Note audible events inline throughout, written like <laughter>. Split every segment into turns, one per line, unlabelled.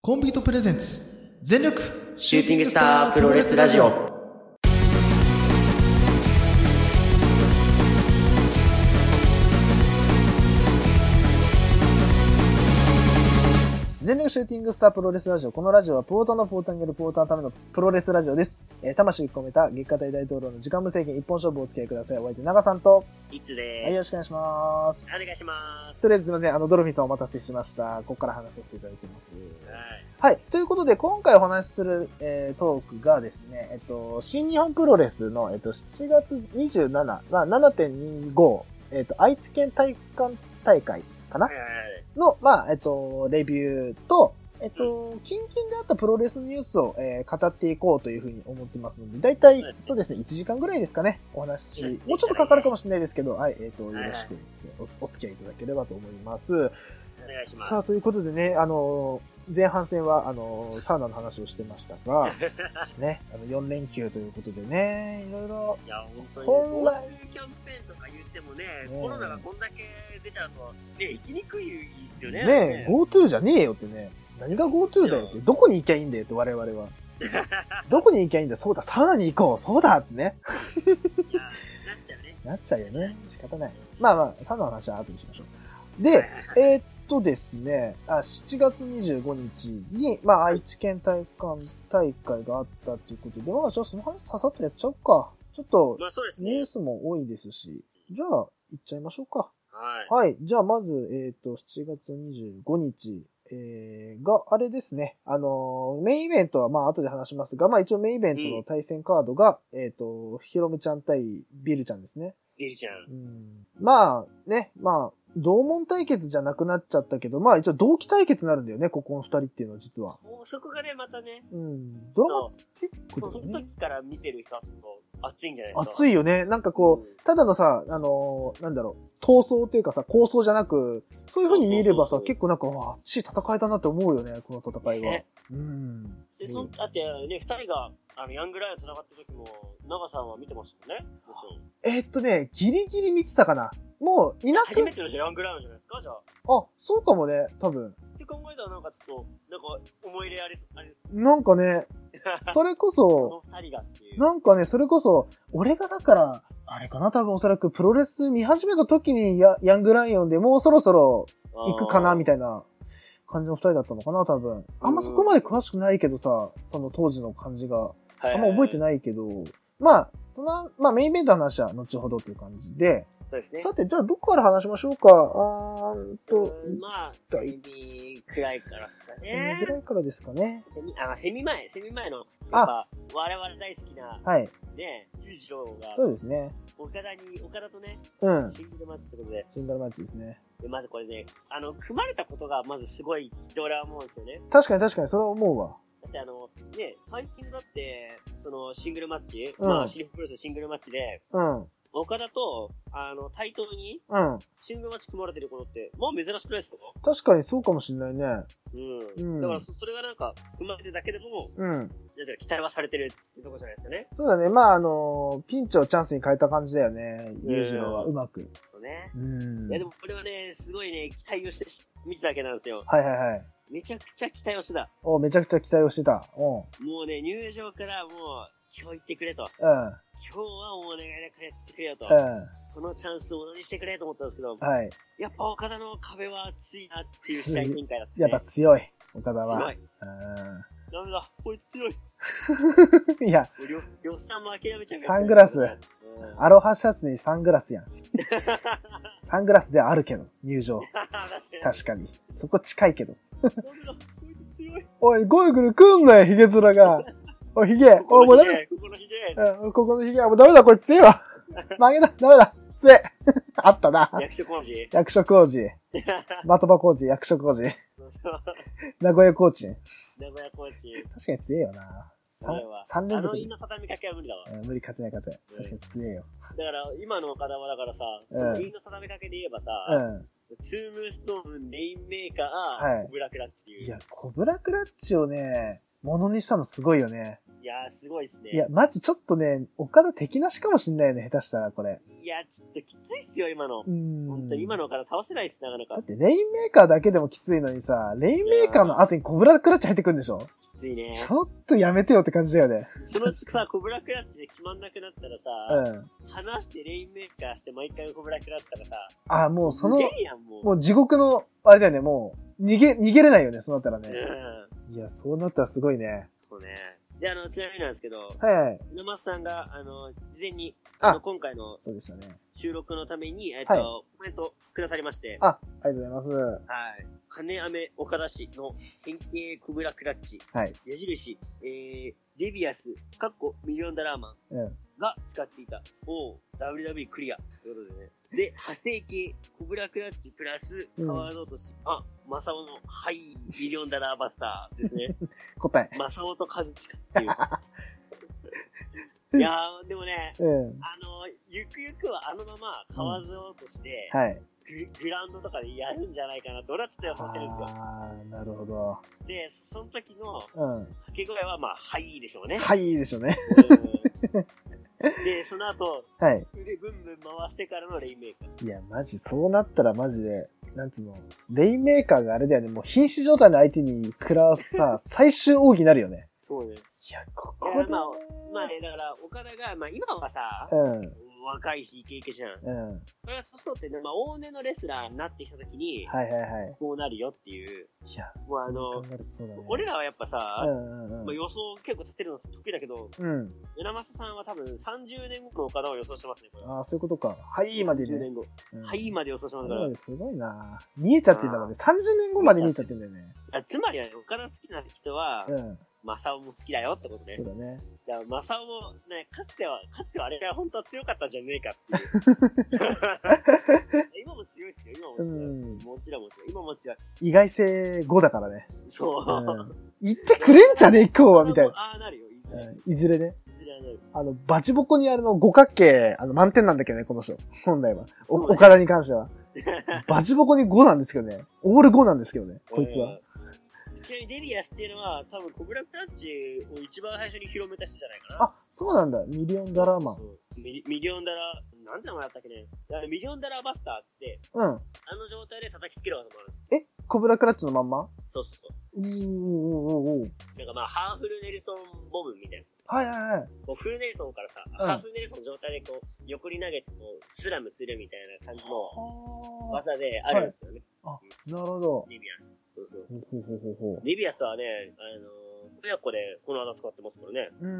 コンビートプレゼンツ全力
シューティングスタープロレスラジオ。
全力シューティングスタープロレスラジオ。このラジオはポーターのポーターによるポーターのためのプロレスラジオです。えー魂込めた月下大大統領の時間無制限一本勝負をお付き合いください。お相手、長さんと、
いつ
はい、よ
で
ろしくお願いします。
す。お願いしま
とりあえずすいません。あの、ドルフィンさんお待たせしました。ここから話させていただきます。
す。は
は
い。
い。ということで、今回お話しする、えートークがですね、えっと、新日本プロレスの、えっと、7月27、まあ、7.25、えっと、愛知県体育館大会かな
はいはい
の、まあ、えっと、レビューと、えっと、近々であったプロレスニュースを、えー語っていこうというふうに思ってますので、だいたい
そうですね
そうですね、1時間ぐらいですかね、お話し
うん、
もうちょっとかかるかもしれないですけど、はい、えっと、よ
はい
ろしくおお付き合いいただければと思います。
お願いします。
さあ、ということでね、あのー、前半戦は、あのー、サウナの話をしてましたが、ね、あの、4連休ということでね、いろいろ、
いや、本当に、
本来
GoTo キャンペーンとか言ってもね、
ね
コロナがこんだけ出ちゃうと、ね、行きにくいですよね。
ね、GoTo じゃねえよってね、何が GoTo だよっ
い
て、どこに行きゃいいんだよって我々は。どこに行きゃいいんだそうだ、サウナに行こうそうだってね。
いや、なっちゃうね。
なっちゃうよね。仕方ない。まあまあ、サウナの話は後にしましょう。で、えーっとですね、あ7月25日に、まあ、愛知県体育館大会があったということで、まあ、じゃあその話ささっとやっちゃおうか。ちょっと
ま、あそうです
ニュ
ね
ー。スも多いですし、じゃあ、行っちゃいましょうか。
はい。
はい。じゃあ、まず、えーっと、7月25日、えー、が、あれですね。あのーメインイベントは、まあ、後で話しますが、まあ、一応メインイベントの対戦カードが、えーっと、ひろみちゃん対ビルちゃんですね。
リリちゃん。
うんまあ、ね、まあ、同門対決じゃなくなっちゃったけど、まあ、一応同期対決になるんだよね、ここの二人っていうのは、実は。
もうそこがね、またね、
うん。ドラマチック
そうそ
だ
の
よね
時。から見てる人はちょっと熱いんじゃないですか。
熱いよね。なんかこう、ただのさ、あのーなんだろう、闘争というかさ、構想じゃなく、そういう風に見れば
そう
さ
そうそうそ、う
結構なんか、わあ、熱い戦いだなって思うよね、この戦いは
ね。
うん。
で、その、だってね、二人が、あの、ヤングライオン戦った時も、長さんは見てましたもんね。もちろん。
えーっとね、ギリギリ見てたかな。もう、いなく
初、めてのじゃヤングライオンじゃないですか、じゃあ。
あ、そうかもね、多分。
って考えたらなんかちょっと、なんか思い入れあれ、 <laughs> あれ
なんか
<laughs>
ね、それこそ、
この二人がっていう。
なんかね、それこそ、俺がだから、あれかな、多分おそらくプロレス見始めた時にヤヤングライオンでもうそろそろ <laughs> 行くかな、み
い
たいな感じの二人だったのかな、多分。あんまそこまで詳しくないけどさ、その当時の感じが。
な
あんま覚えて
い。
ないけど。まあ、その、まあメインイベントの話は後ほどっていう感じで。
そうですね。
さて、じゃあどこから話しましょうか。あーんと、
うんまあ、
だ
セ
い
ミくらいからです
こ
か
の
ね
ぐ。らいからですかね。
セミ、あ、セミ前、セミ前の、やっぱ、我々大好きな、
はい。
ね、十条が、
そうですね。
岡田に、岡田とね、
うん。
新宿で待ってたことで、
シンバルマッチですね。
でまずこれね、あの、組まれたことが、まずすごいって俺は思うんですよね。
確かに確かに、それは思うわ。
だってあの、ね、最近だって、その、シングルマッチ、
うん
まあ、シリフプロレスのシングルマッチで、
うん。
岡田と、あの、対等に、
うん。
シングルマッチ組まれてることって、まあ珍しくないですか
確かにそうかもしんないね。
う
うん
ん。だからそ、それがなんか、組まれてるだけでも、
うん。
じゃあ期待はされてるってとこじゃないですかね。
そうだね。まあ、あのピンチをチャンスに変えた感じだよね。裕次郎は
うん
うまく。
そうね。
うん
いや、でもこれはね、すごいね、期待をしてし見てたわけなんですよ。
はいはいはい。
めちゃくちゃ期待をしてた。
おめちゃくちゃ期待をしてた。うん。うん。
もうね、入場からもう、今日行ってくれと。今日はもうお願いだからやってくれよと。
う
このチャンスをものにしてくれと思ったんですけど
ん。、はい。
やっぱ岡田の壁は厚いなっていう試合展開だった、
や
ね。
っぱ強い。岡田
強
は。
い。ダメだ。こいつ強い。も
うん。い <laughs> や、
う両、両さんも諦めちゃう
サングラス
うん <laughs>
アロハシャツにサングラスやん。サングラスではあるけど、入場。確かに。そこ近いけど。
ダメだ。こいつ強い。
おい、ゴイグル来んなよ、ヒゲ面が。おい、ヒゲ。おい、もうダメだ。
ここのひげ。
うん、ここのヒゲはもうダメだ、これ強いわ。曲げだ、ダメだ。強い。 <laughs> あったな。
役所 <laughs> 工事
役所工事。的場工事、役所工事。
そうそう
名古屋コーチン。
名古屋コーチ。
確かに強えよな。
これは。
3連
あの
続で
犬。の畳みかけは無理だわ。
うん無理勝てない勝てない。確かに強えよ。
だから、今の岡田はだからさ、
うん
その犬の畳みかけで言えば
う
さ、
ん。
ツームーストーン、レインメーカ
はい
ー、ブラクラッチっていう。
い
いや
や、コブラクラッチをね、ものにしたのすごいよね。
ー、すごいですね。
いや、マジちょっとね、岡田敵なしかもしんないよね、下手したらこれ。
いや、ちょっときついっすすよ、今の。
うん。
本当に今のから倒せないです、なかな
だ
か
っ。て、レインメーカーだけでもきついのにさ、レインメーカーの後にコブラクラッチ入ってくるんでしょ
きついね。
ちょっとやめてよって感じだよね。
そのうちさ、コブラクラッチで決まんなくなったら
う
さ、
ん。
話してレインメーカーして毎回コブラクラったらさ、
あ、もうその
す、げえやん、もう。
もう地獄の、あれだよね、もう、逃げ、逃げれないよね、そうなったら
う
ね。
ん。
いや、そうなったらすごいね。
そうね。で、あの、ちなみになんですけど、
はいはい。
稲松さんが、あの、事前に、
あ
あの、今回の
そうでしたね。
収録のために、えっと、
はい
コメントくださりまして、
あ、ありがとうございます。
はい。金飴岡田市の変形コブラクラッチ、
はい。
矢印、えー、デビアス、カッコミリオンダラーマン
うん。
が使っていた、お WWE クリア。ということでね。で、派生系、コブラクラッチプラス、
うん
カワード落とし、あ、マサオの、はい、ミリオンダラーバスターです
<laughs>
ね。
答え。
マサオとカズチカ
<laughs>
っていう。いやー、でもね、
うん。
あのーゆくゆくはあのまま川津落として、
はい。
グ、グラウンドとかでやるんじゃないかなと、俺はちょっと予想してるんですよ。
あー、なるほど。
で、その時の
うん。
掛け声は、まあ、はいでしょうね。
はい、いいでしょうね。
うんで、その後、
はい。
腕ブンブン回してからのレインメーカー。
いや、マジ、そうなったらマジで、なんつうの、レインメーカーがあれだよね、もう瀕死状態の相手に食らう <laughs> さ、最終奥義になるよね。
そう
い
ね。
や、こ
い
こ
や
で、
まあ、まあね、だから、岡田が、まあ、今はさ、
うん、
若いしイケイケじゃん。
うん。
それはそうってね、まあ、大根のレスラーになってきた時に、
はいはいはい。
こうなるよっていう。
いや、
もうあの
そう考えるとそうだね。
俺らはやっぱさ、
うんうんう
まあ、
ん。
予想結構立てるの得意だけど、
うん。
村正さんは多分30年後の岡田を予想してますね、これは。
ああ、そういうことか。はい、まで
10
ね。
年後。
うん
はい、まで予想してますか
今
ら
ま。ですごいな見えちゃってんだもんね。30年後まで見えちゃってんだよね。
あつまりはね、岡田好きな人は
う、ん。
正雄も好きだよってことね
そう。だね。
だから、マサオもね、かつては、かつてはあれが本当は強かったんじゃねえか
<laughs>
っていう。今も強いですよ、今も
う
強い。
ん。
もちろんもちろん、今も強い。
意外性5だからね。
そう。
うん。言ってくれんじゃねえ、今日は、みたいな。
ああ、なるよ、いずれ。
うんいずれね。
いずれはなる。
あの、バチボコにあの、五角形、あの、満点なんだけどね、この人。本来は。お、
そうね
岡田に関して
<laughs>
は。バチボコに5なんですけどね。オール5なんですけどね、こいつは。
うん。ちなみにデリアスっていうのは、多分コブラクラッチを一番最初に広めた人じゃないかな。
あ、そうなんだ。ミリオンダラーマン。
うんミリミリオンダラ、なんて名前だったっけね。あれミリオンダラバスターって、
うん。
あの状態で叩きつける技もあるんです
えコブラクラッチのまんま
そうそうそう。
おーおーおーおー
なんかまあ、ハーフルネルソンボムみたいな。
はいはいはい。
こうフルネルソンからさ、
うん
ハーフルネルソンの状態でこう、横に投げてこう、スラムするみたいな感じの
は
技であるんですよね、
あ。なるほど。
リビアス。そうそう。
ほうほうほうほうほ
リビアスはね、あのー、親子でこの技使ってますからね、
う。う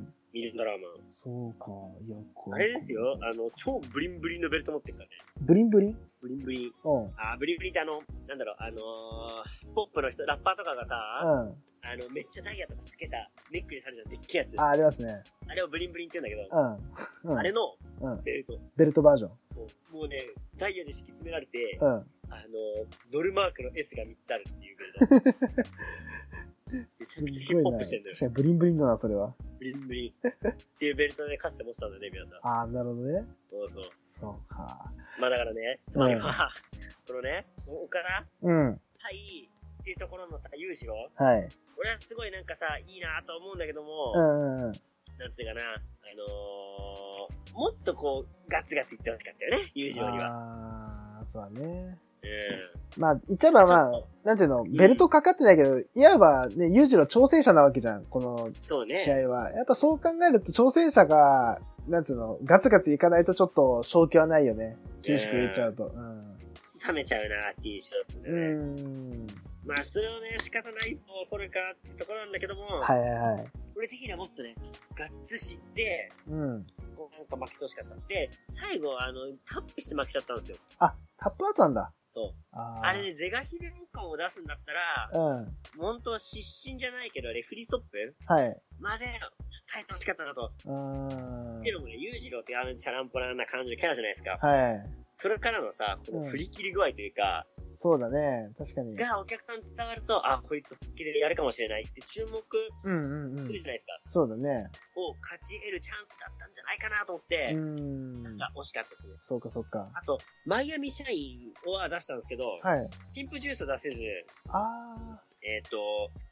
ーん。
ミリオンダラーマ
そうか。いや、こ
ン。あれですよ、あの、超ブリンブリンのベルト持ってるからね。
ブリンブリン
ブリンブリン。
うん。うん。
あー、ブリンブリンってあの、なんだろう、あのー、ポップの人、ラッパーとかがさ、
あ、
あの、めっちゃダイヤとかつけた、ネックレスあるじゃん、でっけえやつ。あ
ありますね。
れをブリンブリンって言うんだけ
う
ど、
ん。うん
あれの
うん。
ベルト。
ベルトバージョン。
もうもうね、ダイヤで敷き詰められて、
うん。
あの、ドルマークの S が3つあるってい
<laughs>
うけど、
すっごい
ポッ
な。
プしてんだよ
確かにブリンブリンだな、それは。
ブリンブリンっていうベルトでかつて持ってたんだね、皆さん。
ああ、なるほどね。
そうそう。
そうか。
まあだからね、つまりは、このね、岡田
うん。
対っていうところのさ、勇士を、
はい。
俺はすごいなんかさ、いいなと思うんだけども、
うんうんうん。
なんつうかな、あのー、もっとこう、ガツガツいってほしかったよね、勇士郎には。
ああ、そうだね。
うん。
まあ、言っちゃえばまあ
ちょっ、
なんていうの、
ん
ベルトかかってないけど、いわばね、裕次郎挑戦者なわけじゃん、この
そう
試合
ね。
は。やっぱそう考えると、挑戦者が、なんつうの、ガツガツいかないとちょっと正気はないよね。厳しく言っちゃうと。うん。
冷めちゃうなっていう人だったんだ
う
よね。
ん。
まあ、それをね、仕方ないと怒るかってところなんだけども、
はいはいはい。
俺的にはもっとね、ガッツ知って、
うん。
こうなんか負けてほしかった。で、最後、あの、タップして負けちゃったんですよ。
あ、タップアウトなんだ。
そう。
あー
あれね、ゼガヒデン感を出すんだったら、
うん。
本当失神じゃないけど、レフリーストップ
はい。
まで、ちょっと耐えてほしかったなと。
うーん
っていうのもね、裕次郎ってあの、チャランポランな感じのキャラじゃないですか。
はい。
それからのさ、この振り切り具合というか、
そうだね。確かに。
がお客さんに伝わると、あ、こいつ本気でやるかもしれないって注目
うんうんう
するじ
ん。
ゃないですか。
そうだね。
を勝ち得るチャンスだったんじゃないかなと思って、
うん。
あ惜しかったですね。
そうかそうか。
あと、マイアミ社員は出したんですけど、
はい。
ピンプジュースを出せず、
あ
えっ、と、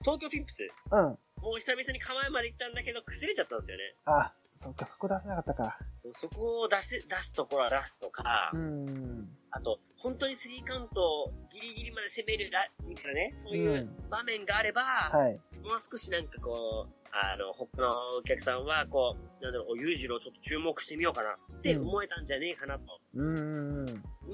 東京ピンプス、
ー。うん。
もう久々に構えまで行ったんだけど、崩れちゃったんですよね。
あ、そっか、そこ出せなかったか。
そこを出せ、出すところは出すとか、
うん。
あと、本当にスリーカウントギリギリまで攻めるら、みたいなね、そういううん場面があれば、
はい。
もう少しなんかこう、あの、他のお客さんは、こう、なんだろう、お裕次郎ちょっと注目してみようかなって思えたんじゃねえかなと。
うん。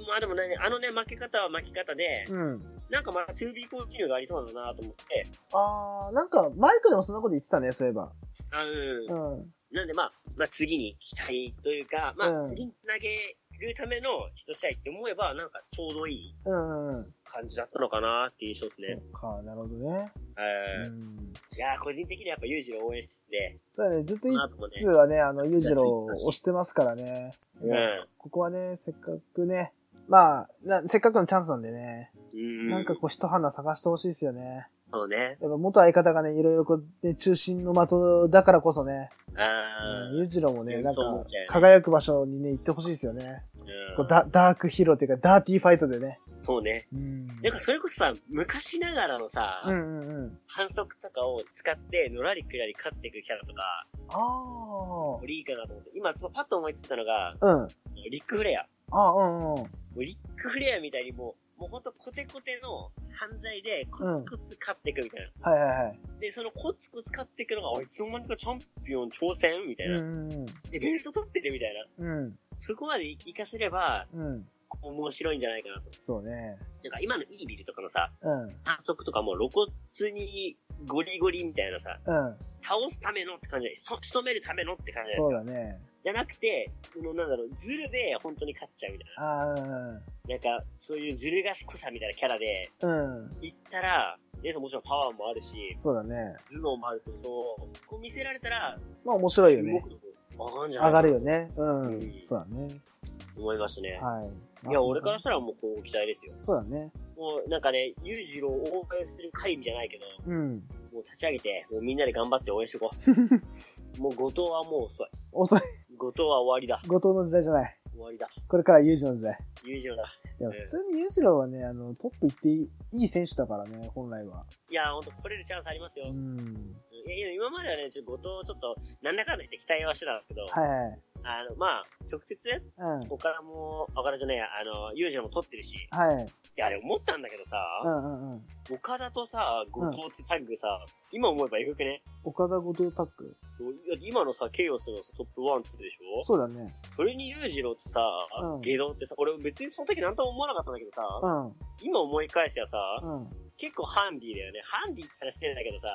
まあでもね、あのね、負け方は負け方で、
うん。
なんかまあ 2B コンティニューがありそうだなと思って、
あー、なんか、マイクでもそんなこと言ってたね、そういえば。
あうん
う。ん。
なんでまあ、まあ次に期待というか、まあ
うん
次につなげるための一試合って思えば、なんかちょうどいい
うんうん。
感じだったのかなっていう印象ですね。
そっか、なるほどね。
はい
うん。
いやー個人的にはやっぱ裕次郎応援してて、
そうだね、ずっと
こ
一
の後もね
通、はね、あの、裕次郎を押してますからね。
う
いや
ん。
ここはね、せっかくね、まあ、なせっかくのチャンスなんでね、
うん。
なんかこう一花探してほしいですよね。
そうね。
やっぱ元相方がね、いろいろこう、ね、中心の的だからこそね、
あー
裕次郎もね、
うん
なんか
そう思っちゃうよね
輝く場所にね、行ってほしいですよね。こうダダークヒーローっていうか、ダーティーファイトでね。
うんそうね。
うん。
なんかそれこそさ、昔ながらのさ、
うんうんうん。
反則とかを使って、のらりくらり勝っていくキャラとか、
ああ
こ。れいいかなと思って、今ちょっとパッと思いついたのが、
うん。
リックフレア。
あうんうん。
もうリックフレアみたいにもう、もうほんとコテコテの犯罪でコツコツ勝っていくみたいな。
はいはいはい。
で、そのコツコツ勝っていくのが、あいつの間にかチャンピオン挑戦みたいな。
うんうん
で、ベルト取ってるみたいな。
うん。
そこまで活かせれば、
うん。うん。
面白いんじゃないかなと。
そうね。
なんか今のイービルとかのさ、
うん。
反則とかも露骨にゴリゴリみたいなさ、
うん。
倒すためのって感じで、しと仕留めるためのって感じじゃない
そうだね。
じゃなくて、そのなんだろう、ズルで本当に勝っちゃうみたいな。
ああ、
なんか、そういうズル賢さみたいなキャラで、
うん。うん。
いったら、ね、もちろんパワーもあるし、
そうだね。
頭脳もあると、こう見せられたら、
まあ面白いよ
注目
ね。
度も上がるんじゃない
上が
かな
るよね。うん。
うん
そうだね。
と思いましたね。
はい。
いや、俺からしたらもうこう期待ですよ。
そうだね。
もうなんかね、裕次郎を応援する会議じゃないけど、
うん。
もう立ち上げて、もうみんなで頑張って応援していこ
<laughs>
う。もう後藤はもう遅い。
遅い。
後藤は終わりだ。
後藤の時代じゃない。
終わりだ。
これから裕次郎の時代。
裕次郎だ。
いや、
ええ
普通に裕次郎はね、あの、トップ行っていいいい選手だからね、本来は。
いや、ほんと、来れるチャンスありますよ。
うん。
いやいや、今まではね、ちょっと後藤、ちょっと、なんだかんだ言って期待はしてたんですけど、
はいはい。
あの、まあ、直接、
うん。
おからも、岡田じゃねえや、あの、裕次郎も取ってるし、い
はい。
や、あれ思ったんだけど
う
さ、
んうんうん。
岡田とさ、後藤ってタッグさ、今思えばえぐくね
岡田後藤タック。
そういや今のさ、ケイオスのさトップワンってでしょ
そうだね。
それに裕次郎ってさ
う、ん
下道ってさ、俺別にその時なんとも思わなかったんだけどさ、
うん。う
今思い返してはさ、
ん。
結構ハンディだよね。ハンディって話してんだけどさ、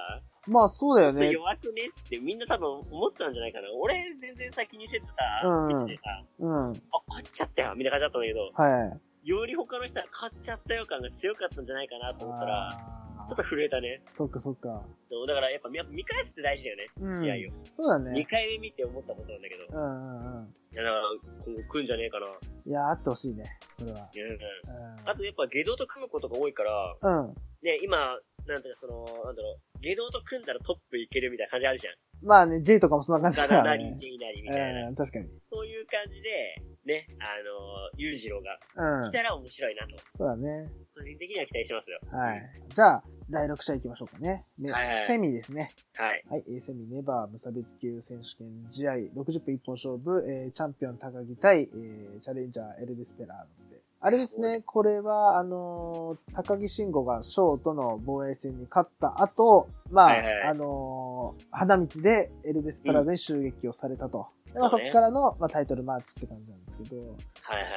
まあそうだよね。
弱くねってみんな多分思ってたんじゃないかな。俺全然先にせずさ、
うんうん
見ててさ、
うん。はい。
あ、勝っちゃったよみたいな感じだったんだけど、より他の人は勝っちゃったよ感が強かったんじゃないかなと思ったら、
あ
ちょっと
ー
震えたね。
そっかそっか。
そうだからやっぱやっぱ見返すって大事だよね、
うん
試合
そうだ
を。2
ね。
回目見て思ったことなんだけど、
うんうんうん。
いやだから、今後来るんじゃねえかな。
いや、あってほしいね。これは。
うんあとやっぱ下道と組むことが多いから、
うん。うん。
ね、今、なんていうかその、なんだろう、下道と組んだらトップいけるみたいな感じあるじゃん。
まあね、J とかもそんな感じだ
ガ
か
ダな
ら
り、
ね。
ジェイなりみたいな。
うん、確かに。
そういう感じで、ね、あのー、裕次郎が
うん
来。たら面白いなと。
そうだね。
個人的には期待してますよ。
はい。じゃあ、第6試合行きましょうかね。ね
はいはい
セミですね。
はい。
はい、えーセミネバー無差別級選手権試合60分一本勝負、えーチャンピオン高木対、えーチャレンジャーエルデスペラーノで。あれですね、これは、あのー高木慎吾がショートの防衛戦に勝った後、まあ、
はいはい
あのー花道でエルデスペラーノに襲撃をされたと。でまあ、
そ
そう
ね
こからの、まあ、タイトルマーチって感じなんですけど、
はいはいはい。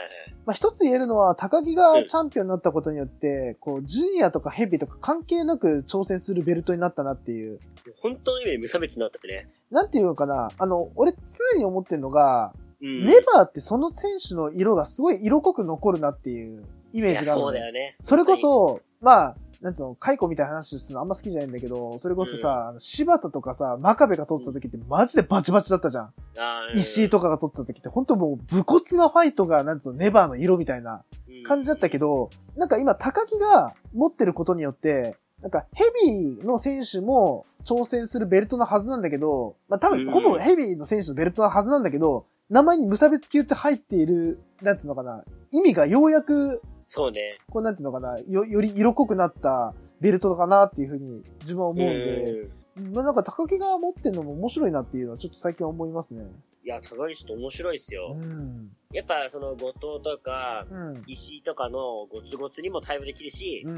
まあ、一つ言えるのは、高木が
うん
チャンピオンになったことによって、こう、ジュニアとかヘビーとか関係なく挑戦するベルトになったなっていう。
本当の意味で無差別になったってね。
なんていうのかな、あの、俺常に思ってるのが、
うん。
レバーってその選手の色がすごい色濃く残るなっていうイメ
い
ー
や、
ジがある
そ
の
うだよね。
それこそ、まあ、なんつうの、解雇みたいな話するのあんま好きじゃないんだけど、それこそさ、あの柴田とかさ、真壁が通ってた時ってマジでバチバチだったじゃん。
あー、
石井とかが通ってた時って本当もう武骨なファイトが、なんつうの、ネバーの色みたいな。感じだったけ
ど、
ど、なんか今高木が持ってることによって、なんかヘビーの選手も挑戦するベルトのはずなんだけど、まあ多分ほぼヘビーの選手のベルトのはずなんだけど、名前に無差別級って入っている、なんつうのかな、意味がようやく、
そうね。
こうなんていうのかな、よ、より色濃くなったベルトかなっていうふうに自分は思うんで、
うん
まあ、なんか高木が持ってるのも面白いなっていうのはちょっと最近思いますね。
いや、高岸って面白いです
う
よ。
ん。
やっぱ、その、後藤とか、
うん。
石井とかのゴツゴツにも対応できるし
う、ん。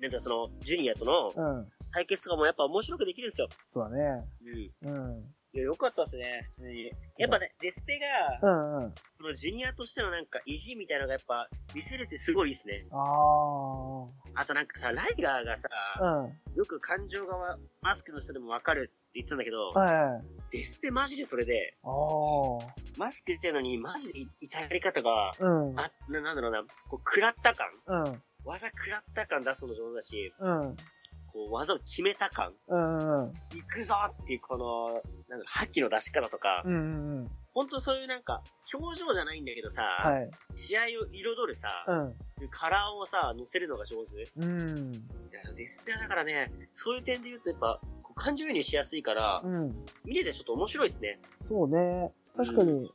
なんかその、ジュニアとの
うん。
対決とかもやっぱ面白くできるんですよ。
そうだね。
うん。い
うん。
や、よかったですね、普通に。やっぱね、デスペ
う
が、
んうん。
そのジュニアとしてのなんか意地みたいなのがやっぱ見せれてすごいですね。
ああ。
あとなんかさ、ライガーがさ、
うん。
よく感情がわマスクの人でもわかるって言ってたんだけど、
はいはい。
デスペマジでそれで、
ああ。
マスクしてるのにマジで至り方が、
うん。うん。
あ、ななんだろうな、こう、食らった感技食らった感出すの上手だし、
うん。
こう、技を決めた感
うん。うん。
行くぞっていうこの、なんだろう、覇気の出し方とか、
うん。うん。
ほんとそういうなんか、表情じゃないんだけどさ、
はい。
試合を彩るさ、
うん。
カラーをさ、乗せるのが上手。い
うん。
や、デスペアだからね、そういう点で言うとやっぱ、こう感情移入しやすいから
う、ん。
見れてちょっと面白いですね。
そうね。確かに。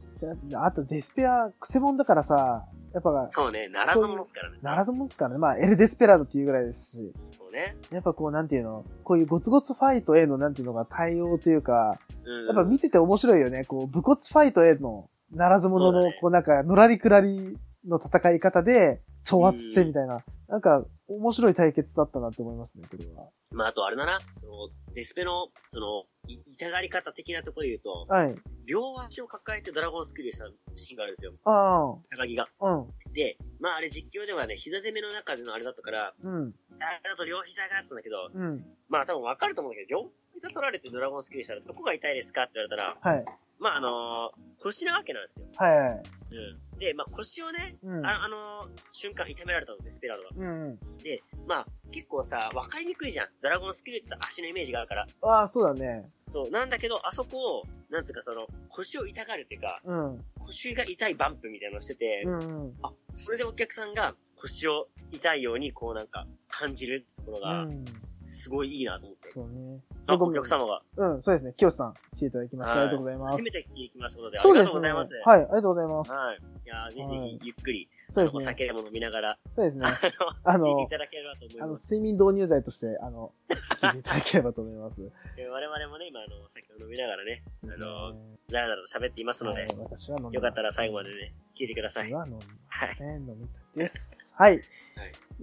ああとデスペア、クセモンだからさ、やっぱ、
そうね、ならず者ですからね。
ならずもんですからね。まあ、エルデスペラードっていうぐらいですし。
そうね。
やっぱこう、なんていうの、こういうゴツゴツファイトへの、なんていうのが対応というか、
うん。
やっぱ見てて面白いよね。こう、武骨ファイトへの、ならず者
そう
の
だね、
こうなんか、のらりくらりの戦い方で、挑発してみたいな。なんか、面白い対決だったなって思いますね、これは。
まあ、あとあれだな、そのデスペの、その、い痛がり方的なところで言うと、
はい。
両足を抱えてドラゴンスクリューしたシーンがあるんですよ。
あ
高木が。
あ、うん、
で、まああれ実況ではね、膝攻めの中でのあれだったから、
うん、
あれだと両膝があったんだけど、
うん。
まあ多分わかると思うんだけど、両膝取られてドラゴンスクリューしたらどこが痛いですかって言われたら、
はい、
まああのー腰なわけなんですよ。
はい、はい。
うん。で、まあ腰をね、
うん、
ああのー瞬間痛められたので、スペラードが。
うん。
で、まあ結構さ、わかりにくいじゃん。ドラゴンスクリューって足のイメージがあるから。
ああ、そうだね。
そう、なんだけど、あそこを、なんつうかその、腰を痛がるっていうか、
うん、
腰が痛いバンプみたいなのをしてて、
うん、うん。
あ、それでお客さんが腰を痛いように、こうなんか、感じるところ
う
が、
ん、
すごいいいなと思って。
そうね。
あ
僕
お客様が、
うん、そうですね。清さん、来ていただきまして、
はい
ありがとうございます
初め。て来ていきましたので、あ
そ
り
う
が
で
とう
す
ござ
ね。
い
は
ます。
い、ありがとうございます。
はい。いやーぜ
はい
ひ、ゆっくり、
そうです
お
ね。
酒でも飲みながら、
そうですね。
<laughs> あ
<laughs> あ
の、
の
聞いていただければ
あ
と思い
の、
ます。
睡眠導入剤として、あの、聞いていただければと思います。
で我々もね、今、あの、お酒を飲みながらね、
あ
のだらだらと喋っていますので、
私は飲んでません
よかったら最後までね、聞いてくださ
私。
い
は飲みません。飲みたいです。はい。で、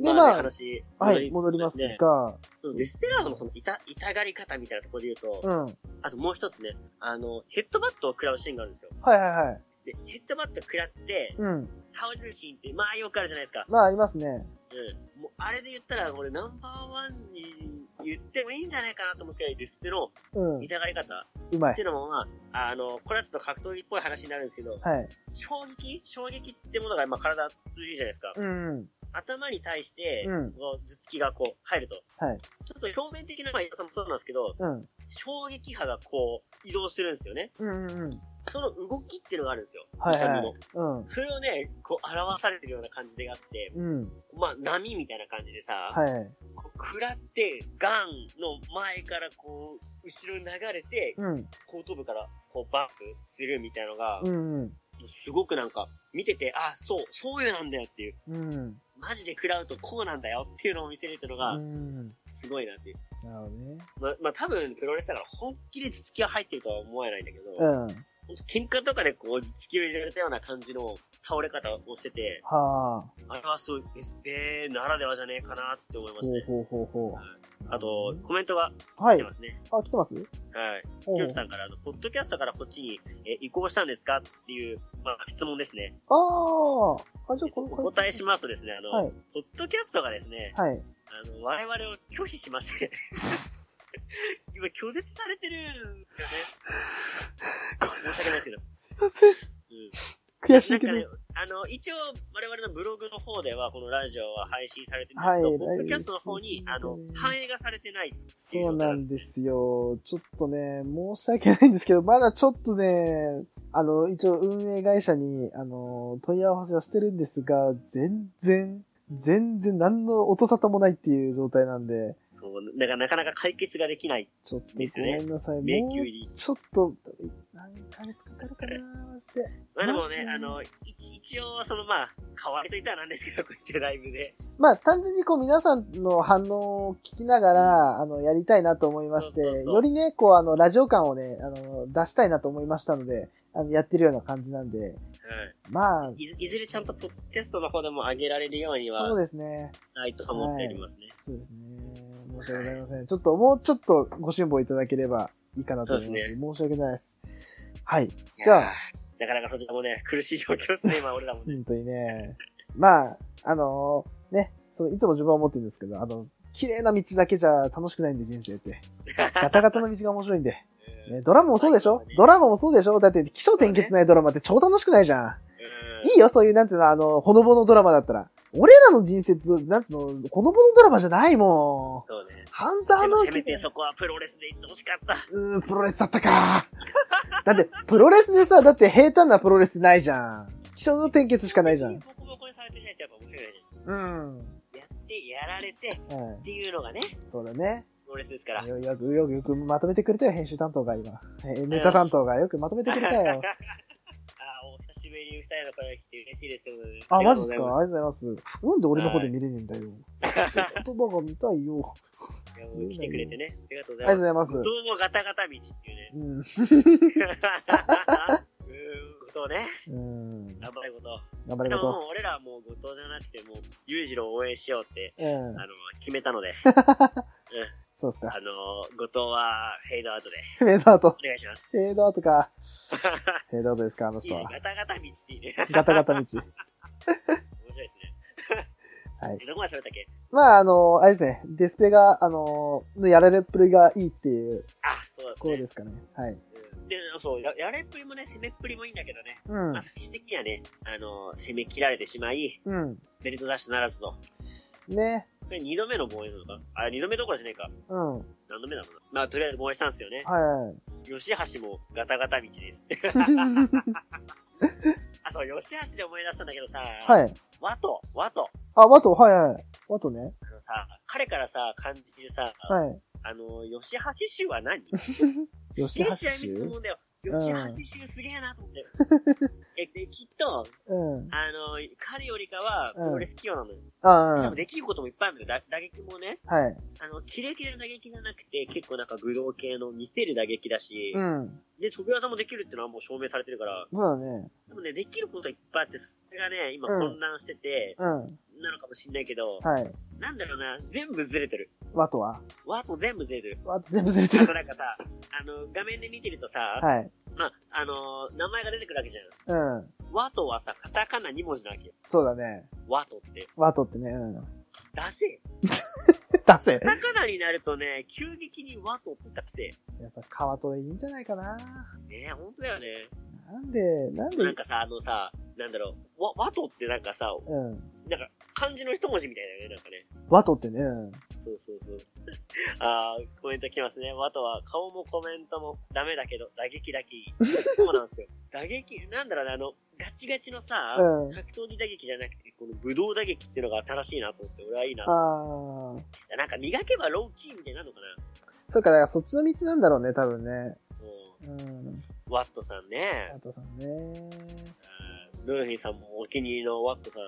ね
まあ、
話
はい、戻ります
ね
が、
そうデスペラードのその痛、痛がり方みたいなところで言う
う
と、
ん。はい
あともう一つね、あの、ヘッドバットを食らうシーンがあるんですよ。
はいはい。
で、ヘッドバット食らって、
うん。
倒れるシーンって、まあよくあるじゃないですか。
まあ、ありますね。
うん。もう、あれで言ったら、俺ナンバーワンに言ってもいいんじゃないかなと思うくらいデスペの
うん。
痛がり方
うま
って
い。
いうのも、まあ、あの、これはちょっと格闘技っぽい話になるんですけど、
はい。
衝撃衝撃ってものが、まあ体通じるじゃないですか。
うん。
頭に対して、
うん
こう頭突きがこう入ると。
はい。
ちょっと表面的な、まあ、痛さもそうなんですけど、
うん。
衝撃波がこう移動するんですよね。
うん。うん。
その動きっていうのがあるんですよ。
はい
痛み
は
の
い。うん。
それをね、こう表されてるような感じでがあって、
うん。
まあ波みたいな感じでさ、
はい。
こう食らって、ガンの前からこう、後ろに流れて、
うん。
後頭部からこうバンプするみたいのが、
うん。
すごくなんか、見てて、あ、そう、そういうなんだよっていう、
うん。
マジで食らうとこうなんだよっていうのを見せれたの
う
が、
ん。
すごいなっていう。
なるほどね。
まあ、まあ多分プロレスだから本気で頭突きは入ってるとは思えないんだけど、
うん。
ほんと喧嘩とかでこう、頭突きを入れられたような感じの倒れ方をしてて、
はあ。
あれはすごい、デスペならではじゃねえかなって思います
ほう
ね。
ほうほうほう。
あと、コメントが
はい
来て。ますね。
あ、来てます
はい。
お
ひろ
う
きさんから、あのポッドキャストからこっちにえ移行したんですかっていう、まあ、質問ですね。
ああ。あ、じゃあこ
お
の
答えしますとですね、あの、
はい
ポッドキャストがですね、
はい。
あの、我々を拒否しまして、 <laughs> 今拒絶されてるんですよね。申し訳ないですけど。
すいません。
うん
悔しいけど。は
なん
い
かね、あの、一応、我々のブログの方では、このラジオは配信されてるん
はい
ですけど、ポ
ラ
ッ
ジオ
ドキャストの方に、あの
そうです、ね
反映がされてない。
そうなんですよ。ちょっとね、申し訳ないんですけど、まだちょっとね、あの、一応運営会社に、あの、問い合わせはしてるんですが、全然、全然何の音沙汰もないっていう状態なんで、
そう、だからなかなか解決ができない。
ちょっと
です
ご
ね
めんなさい。
迷
も
宮
う
入り。
ちょっと、何ヶ月かかるかなマジで。
まあでもね、
まあ
あの、一一応、そのまあ、代わりといったらなんですけど、こうやってライブで。
まあ、単純にこう皆さんの反応を聞きながら、あの、やりたいなと思いまして、
そうそうそう
よりね、こうあの、ラジオ感をね、あの、出したいなと思いましたので、あの、やってるような感じなんで、
う
まあ
ん。、いずいずれちゃんとポッドキャストの方でも上げられるように
そう
は、
ですね。
ないと思っておりますね。
そうですね。申し訳ございません。ちょっと、もうちょっとご辛抱いただければいいかなと思います。
そうです
申し訳ないです。はい。
いやー
じゃあ、
なかなかそちらもね、苦しい状況ですね、今俺らもね。
本当にね。まあ、あのーね、そのいつも自分は思ってるんですけど、あの、綺麗な道だけじゃ楽しくないんで人生って。ガタガタの道が面白いんで。ね、ドラマもそうでしょドラマもそうでしょだって、気象転結ないドラマって超楽しくないじゃん。
うん
いいよ、そういう、なんつうの、あの、ほのぼのドラマだったら。俺らの人生って、なんつうの、ほのぼのドラマじゃないもん。
そうね。
ハンター
でも
の
せめてそこはプロレスで行ってほしかった。
うーん、プロレスだったか。 <laughs> だって、プロレスでさ、だって平坦なプロレスないじゃん。気象の転結しかないじゃん。
ボコボコにされてないとやっぱ面白いよね。
うん。うん。
やって、やられてっていうのがね、
そうだね。
プロレスですから。
よよく、よく、よくまとめてくれたよ、編集担当が今。えネタ担当がよくまとめてくれたよ。
あ、お久しぶりに二人の声が来て嬉しいですけどね。
あ、
りが
マ
と
ジっすか
うござい
あり
ま
がとうございます。なんで俺の方で見れねえんだ
<laughs>
よ。言葉が見たいよ。
いやもう来てくれてね。ありがとうご
あ
ざ
りがと
いう
ご
ます。
ざいます
ど。うもガタガタ道っていうね。
うん。
うーん、ことね。
うん。
頑張ること。
頑張
で
りまし
もも
ょ
う俺らはもう後藤じゃなくて、もう、裕次郎を応援しようって、
う。うん
あ。の、決めたので、
そうっす
あ
か。
の、後藤はフェードアウトで、
フェードアウト。
お願いします。
フェードアウト
<laughs>
か。フェードアウトですか、あの
いい
人
ね、
は。
ガタガタ道っていいね。
ガタガタ道。
面白いですね。
はい
えどこまで喋ったっけ
まあ、あの、あれですね。ディスペが、あの、のやられっぷりがいいっていう、
あ、そう
こう
だ
で
ね。
すかね。はい。
うんで、そう、ややれっぷりもね、攻めっぷりもいいんだけどね。
うん
まあ、。最終的にはね、あの、攻め切られてしまい、
うん。
ベルトダッシュならずと。こ
ね。
れ二度目の防衛なのかあ、二度目どころじゃねえか。
うん。は
何度目なのかなまあ、とりあえず防衛したんですよね。
いはい。
<laughs> 吉橋もガタガタ道です。あ、そう、吉橋で思い出したんだけどさ、
はい。
ワト、ワト。
あ、ワト、はいはい。ワトね。
あのさ、彼からさ、感じでさ、
はい。
あの、吉橋衆は何
吉
全
橋
試合見てると思
州
うんだよ。
うん
吉橋衆すげえなと思って
<laughs>
え、で、きっと、
うん。
あの、彼よりかは、プ
うん
ロレス器用なのよ。
あ
多
あ
分、できることもいっぱいあるんだよ。だ打撃もね、
はい。
あの、キレキレの打撃じゃなくて、結構なんか、武道系の見せる打撃だし、
うん。
で、飛び技もできるっていうのはもう証明されてるから、
そうだね。
でもね、できることいっぱいあって、それがね、今
うん
混乱してて、
うん。
なのかもしんないけど、
はい。
なんだろうな、全部ずれてる。
ワトは
ワープ全部ずれ
<laughs>
てる。
ワト全部ずれて
あ
る。
となんかさ、あの、画面で見てるとさ、
はい。
まあ、あのー名前が出てくるわけじゃん。
うん。
ワトはさ、カタカナ2文字なわけよ。
そうだね。
ワトって。
ワトってね。うん。
ダセえ。
出せ。
カタカナになるとね、急激にワトってダセ
やっぱ川戸でいいんじゃないかな。
え。ねえ、ほんとだよね。
なんで、なんで、
なんかさ、あのさ、なんだろう、わワトってなんかさ、
うん。
なんか漢字の一文字みたいだよね、なんかね。
ワトってね。うん
そうそうそう。 <laughs> あー、コメント来ますね。あとは、顔もコメントもダメだけど、打撃だけいい。そうなんですよ。 <laughs> 打撃、なんだろうね、あの、ガチガチのさ、
うん
格闘技打撃じゃなくて、この武道打撃っていうのが正しいなと思って、俺はいいな。
ああ。
なんか磨けばローキーみたいになるのかな
そうか、だからそっちの道なんだろうね、多分ね。
も
うん。
う、ワットさんね
ワ。トさんね。
あールーフィーさんもお気に入りのワットさ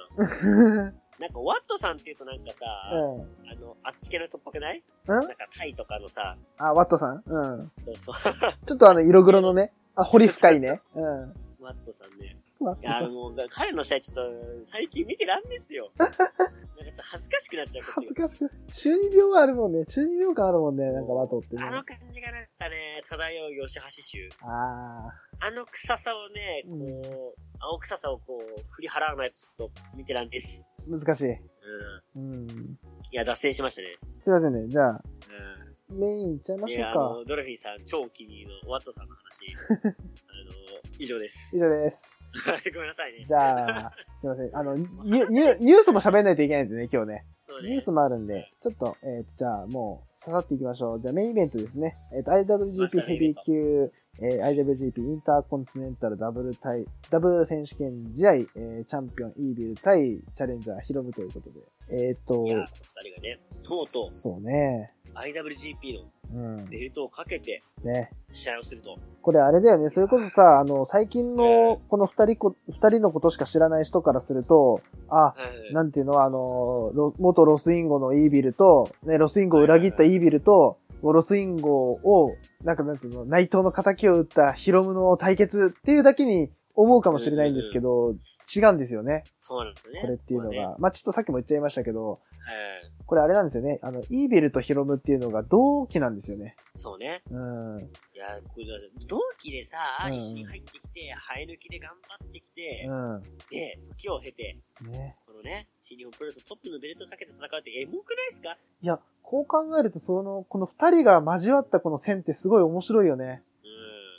ん。なんか、ワットさんっていうとなんかさ、
うん。
あの、あっち系の人っぽくない
うん
なんかタイとかのさ、
あ、ワトさんうん。
そうそう <laughs>
ちょっとあの、色黒のね。あ、堀深いね。うん。
ワットさんね。
ワッ
い
ト
や、
さん。
もう、彼の試合ちょっと、最近見てらんで
<laughs>
すよ。なんか恥ずかしくなっちゃうこっ
恥
ち
ずかしく。中二病があるもんね。中二病感あるもんね。なんかワトってね
が。あ。の感じがなんかね、漂う吉橋衆。
あ
あの臭さをね、こう、青臭さをこう、振り払わないとちょっと見てらんです。
ー、難しい。
う
うん。
ん。いや、脱線しましたね。
すいませんね。じゃあ、
う
メインいっちゃいま
ん。い
し
や、あ
ょう
の、ドルフィンさん、超お気に入りのワットさんの
<laughs>
話。あの、以上です。
か。以上です。
はい <laughs> ごめんなさいね。
じゃあ、すいません。あの、ニュニュニュースも喋んないといけないんですね、今日ね。
そうね、
ニュースもあるんで、ちょっと、えー、じゃあもう、ささっていきましょう。じゃあメインイベントですね。えっ、と、IWGP ヘビー級、えー IWGP インターコンチネンタルダブル対、ダブル選手権試合、えーチャンピオンイービル対チャレンジャーヒロムということで。えっ、と
い、や、お二人がね、とうと
そうね。
う、 IWGP の
うん。
ベルトをかけて
ね。
試合をすると。
これあれだよね。それこそさ、あの、最近のこの二人こ、二人のことしか知らない人からすると、あ、
はい
なんていうの、あの、ロ元ロスインゴのイービルと、ね、ロスインゴを裏切ったイービルと、ロスインゴを、なんかなんつうの、内藤の仇を打ったヒロムの対決っていうだけに思うかもしれないんですけど、違うんですよね。
そうなんですね。
これっていうの
まあね
が。まあ、ちょっとさっきも言っちゃいましたけど、
はい
これあれなんですよね。あの、イービルとヒロムっていうのが同期なんですよね。
そうね。
うん。うん。
いや、これだって同期でさ、
うん
一緒に入ってきて、生え抜きで頑張ってきて、で、時を経て、
ね。
このね、新日本プロレストップのベルトをかけて戦うってエモくないですか
いや、こう考えると、その、この二人が交わったこの線ってすごい面白いよね。
うん。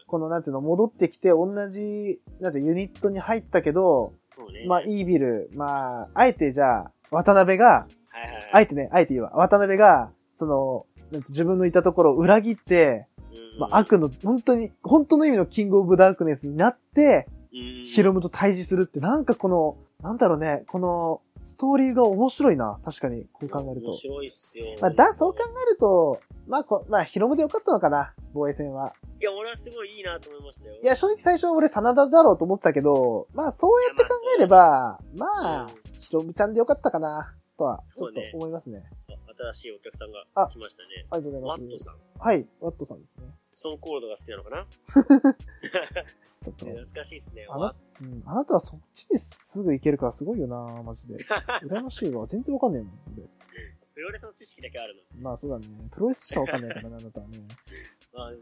この、なんつうの、戻ってきて、同じ、なんていうのユニットに入ったけど、
そうね。
まあ、
はい
イービル、まあ、あえてじゃあ、渡辺が、
はいはい。
あえてね、あえて言うわ。渡辺が、その、なんつう自分のいたところを裏切って、
うん
まあ、、悪の、本当に、本当の意味のキングオブダークネスになって、
うん
ヒロムと対峙するって、なんかこの、なんだろうね、この、ストーリーが面白いな。確かに、こう考える
面
と。
白いっすよ。
まあ、だ、そう考えると、まあ、こまあ、ヒロムでよかったのかな、防衛戦は。
いや、俺はすごいいいなと思いましたよ。
いや、正直最初俺、真田だろうと思ってたけど、まあ、そうやって考えれば、まあ
うん、
ヒロムちゃんでよかったかな、とは、ちょ
そ
っ
う
と
ね
思いますね。
新しいお客さんが
あ
来ましたね。
ありがとうご
ワ
ざい
ッ
ま
ト
す。
さん。
はい、ワットさんですね。
ソンコールドが好きなのかな、
そっか。
懐かしいですね。
あ
ワ
な、うん、あなたはそっちにすぐ行けるからすごいよな、マ
<laughs>
ジで。羨ましいわ。全然わかんねえもん。俺
プロレスの知識だけあるの。
まあそうだね。プロレスしかわかんないからな、あなたはね。
まあ、で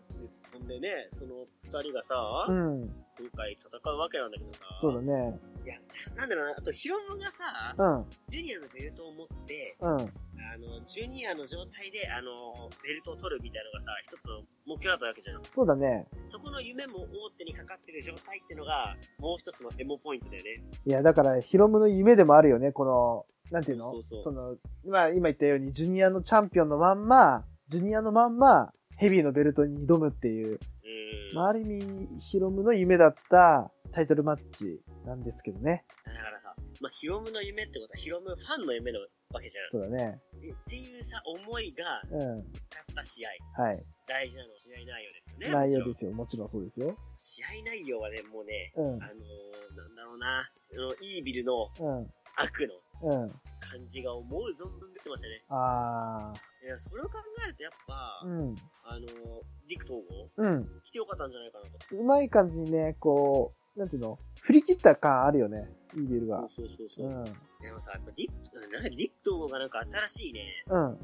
ほんでね、その二人がさ、
うん。
今回戦うわけなんだけどさ、
そうだね。
なんだろうな、あとヒロムがさ
う、ん。
ジュニアのベルトを持って、
うん。
あの、ジュニアの状態で、あの、ベルトを取るみたいなのがさ、一つの目標だったわけじゃん。
そうだね。
そこの夢も大手にかかってる状態っていうのが、もう一つのエモポイントだよね。
いや、だから、ヒロムの夢でもあるよね。この、なんていうの
そうそう
の、まあ今言ったように、ジュニアのチャンピオンのまんま、ジュニアのまんま、ヘビーのベルトに挑むっていう、
うん。
まあある意味、ヒロムの夢だったタイトルマッチなんですけどね。
だからさ、まあ、ヒロムの夢ってことはヒロムファンの夢なわけじゃん。
そうだね。
えっていうさ、思いが
うん。
勝った試合、
はい。
大事なのは試合内容ですよね。
内容
も
で
ち
すよ。もちろんそうですよ。
ろん試合内容はね、もうね、
うん。
あのー、なんだろうな、あのイービルの
うん。
悪の
うん。
感じが思う存分出てましたね。
あ
いや、それを考えるとやっぱ、
ー。うん。
あのー、ディク統合
うん。
来てよかったんじゃないかなと。
うまい感じにね、こう、なんていうの振り切った感あるよね、イービルが。
そうそうそ
う
うそう、
ん。うん。
でもさ、やっぱディク、なんかディク統合がなんか新しいね、
あ、
あの、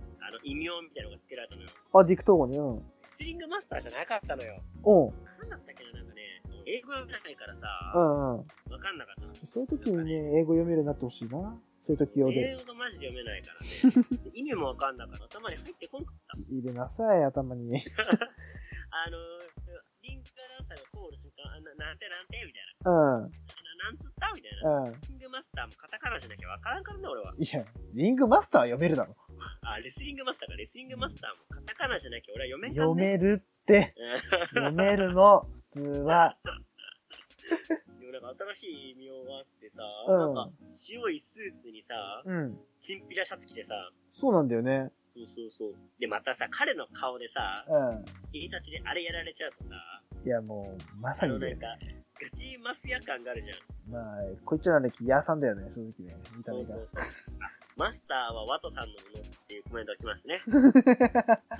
異名みたいなのが付けられたのよ。
ディクトーゴに、うん。
スリングマスターじゃなかったのよ。
うん。
なんだったっけな、なんかね、英語が読めないから
う
さ、
んうん。
わかんなかったの。
そういう時にね、英語読めるようになってほしいな。そういう時用
英
で。
語がマジで読めないから
<laughs>
ね。意味もわかんなかった。頭に入ってこんかった。
入れなさい、頭に。
あのー、リンクアナウンサーがコールするから、あななんてなんてみたいな。
うん。うん。
ななんつったみたいな。リングマスターもカタカナじゃなきゃわからんからな、俺は。
いや、リングマスターは読めるだろ。
あ、レスリングマスターか。レスリングマスターもカタカナじゃなきゃ俺は読めんか
読
ん
め
ね。
るって。読
読
めるの、普通は。
でもなんか新しい異名があってさ、
うん
なんか白いスーツにさ、
うん。
チンピラシャツ着てさ、
そうなんだよね。
そうそうそう。で、またさ、彼の顔でさ、
う
入り立ちであれやられちゃうとさ、
ん。いや、もう、ま
あ
さ
の
に
なん
ね。
か、ガチマフィア感があるじゃん。
まあ、こいつなんだっけ、ヤーさんだよね、正直ね。見た
そ
目
うそ
が。
うそう。あマスターはワトさんのものっていうコメントが来ますね。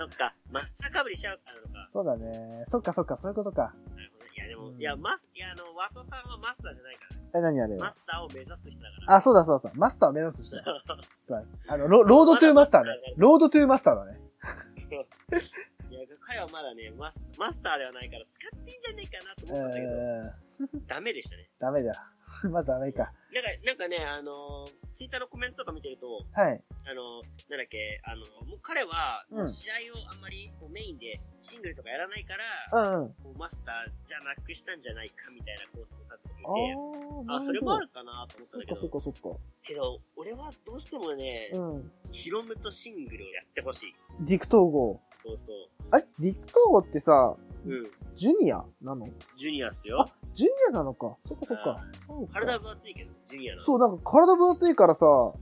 <laughs>
そっか、マスターかぶりしちゃうからなのか。
そうだね。そっかそっか、そういうことか。
なるほどね。いやでも、
うん
いや、マス、いやあの、ワトさんはマスターじゃないからね。
え、何あれ
マスターを目指す人だから。
あ、そうだそうだそうだ。マスターを目指す人
<laughs>
だ。そうだあの、ロロードトゥーマスターね。ロードトゥーマスターだね。
いや、彼はまだね、マス、マスターではないから使っていいんじゃねえかなと
う
思ったんだけど、
ーん。
ダメでしたね。
ダメだ。 <laughs> まあダメか。
なんか、なんかね、あの、ツイッターのコメントとか見てると、
はい。
あの、なんだっけ、あの、もう彼は、
うん
試合をあんまりこうメインでシングルとかやらないか
う
ら、
んうん。
こうマスターじゃなくしたんじゃないかみたいな構想を立てていて、
あ
あ
ー
それもあるかなと思った
そ
ん
っ
だけ
かそっ
ど、
かそっか。
けど、俺はどうしてもね、
うん。
ヒロムとシングルをやってほしい。
ディク統合。
そうそ
あれディク統合ってさ、
う。うん。
ジュニアなの
ジュニアっすよ
あ。、ジュニアなのか。そっかそっか。そうか
体分厚いけど、ジュニアなの。
そう、なんか体分厚いからさ、
うん。うん。